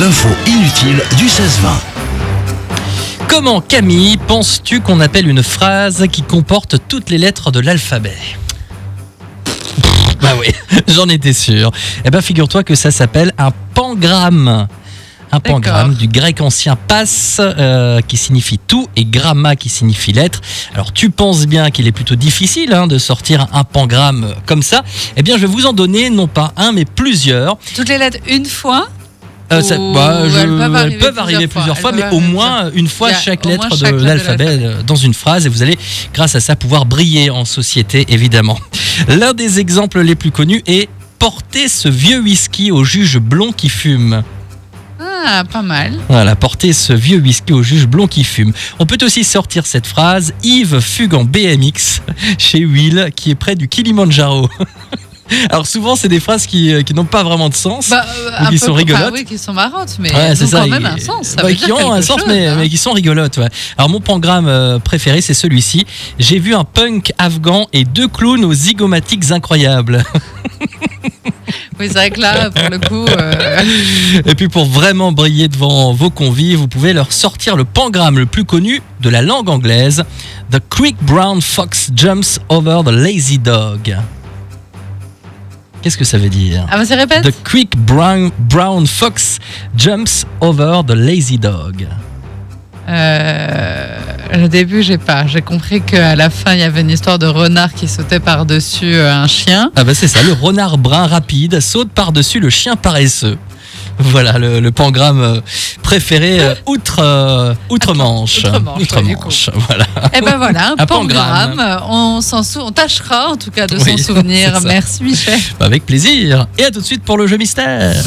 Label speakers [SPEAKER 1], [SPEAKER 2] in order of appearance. [SPEAKER 1] l'info inutile du 16-20.
[SPEAKER 2] Comment, Camille, penses-tu qu'on appelle une phrase qui comporte toutes les lettres de l'alphabet Bah oui, j'en étais sûr. Eh ben, figure-toi que ça s'appelle un pangramme. Un pangramme du grec ancien pas euh, qui signifie tout et gramma qui signifie lettre. Alors tu penses bien qu'il est plutôt difficile hein, de sortir un pangramme comme ça. Eh bien je vais vous en donner non pas un mais plusieurs.
[SPEAKER 3] Toutes les lettres une fois
[SPEAKER 2] Euh, ça-
[SPEAKER 3] Ou
[SPEAKER 2] bah, je-
[SPEAKER 3] elles peuvent arriver
[SPEAKER 2] arriver
[SPEAKER 3] plusieurs
[SPEAKER 2] plusieurs fois,
[SPEAKER 3] fois, elles
[SPEAKER 2] mais
[SPEAKER 3] peuvent
[SPEAKER 2] au
[SPEAKER 3] arriver
[SPEAKER 2] moins une fois
[SPEAKER 3] Il y a
[SPEAKER 2] chaque
[SPEAKER 3] au moins
[SPEAKER 2] lettre
[SPEAKER 3] chaque
[SPEAKER 2] de
[SPEAKER 3] lettre de
[SPEAKER 2] l'alphabet euh, dans une phrase et vous allez, grâce à ça, pouvoir briller en société, évidemment. L'un des exemples les plus connus est porter ce vieux whisky au juge blond qui fume.
[SPEAKER 3] Ah, pas mal.
[SPEAKER 2] Voilà, porter ce vieux whisky au juge blond qui fume. On peut aussi sortir cette phrase Yves fugue en BMX chez Will, qui est près du Kilimanjaro. Alors souvent, c'est des phrases qui, euh, qui n'ont pas vraiment de sens.
[SPEAKER 3] Bah, euh,
[SPEAKER 2] Ou
[SPEAKER 3] un
[SPEAKER 2] qui
[SPEAKER 3] peu-
[SPEAKER 2] sont
[SPEAKER 3] enfin,
[SPEAKER 2] rigolotes.
[SPEAKER 3] oui, qui sont marrantes, mais
[SPEAKER 2] Ouais,
[SPEAKER 3] elles
[SPEAKER 2] c'est
[SPEAKER 3] ont
[SPEAKER 2] ça.
[SPEAKER 3] quand
[SPEAKER 2] ils-
[SPEAKER 3] même un sens. Ça
[SPEAKER 2] bah,
[SPEAKER 3] veut
[SPEAKER 2] qui
[SPEAKER 3] dire
[SPEAKER 2] ont un
[SPEAKER 3] quelque
[SPEAKER 2] sens,
[SPEAKER 3] chose,
[SPEAKER 2] mais,
[SPEAKER 3] hein.
[SPEAKER 2] mais qui sont rigolotes. ouais. Alors, mon pangramme euh, préféré, c'est celui-ci. J'ai vu un punk afghan et deux clowns aux zygomatiques incroyables.
[SPEAKER 3] Oui, c'est vrai que là, pour le coup, euh,
[SPEAKER 2] Et puis, pour vraiment briller devant vos convives, vous pouvez leur sortir le pangramme le plus connu de la langue anglaise The quick brown fox jumps over the lazy dog. Qu'est-ce que ça veut dire
[SPEAKER 3] ah, vas-y, répète.
[SPEAKER 2] The quick brown, brown fox jumps over the lazy dog.
[SPEAKER 3] Euh, le début, j'ai pas. J'ai compris qu'à la fin, il y avait une histoire de renard qui sautait par-dessus euh, un chien.
[SPEAKER 2] Ah bah c'est ça, le renard brun rapide saute par-dessus le chien paresseux. Voilà le, le pangramme euh, préféré euh, outre euh, outre-Manche.
[SPEAKER 3] Outre-Manche, ouais, du coup.
[SPEAKER 2] Outre-Manche, voilà.
[SPEAKER 3] Et ben voilà, un
[SPEAKER 2] Ah Un pangramme.
[SPEAKER 3] pangramme. Euh, On s'en sou- on tâchera en tout cas de
[SPEAKER 2] Oui,
[SPEAKER 3] s'en souvenir.
[SPEAKER 2] c'est ça.
[SPEAKER 3] Merci Michel.
[SPEAKER 2] Avec plaisir. Et à tout de suite pour le jeu mystère.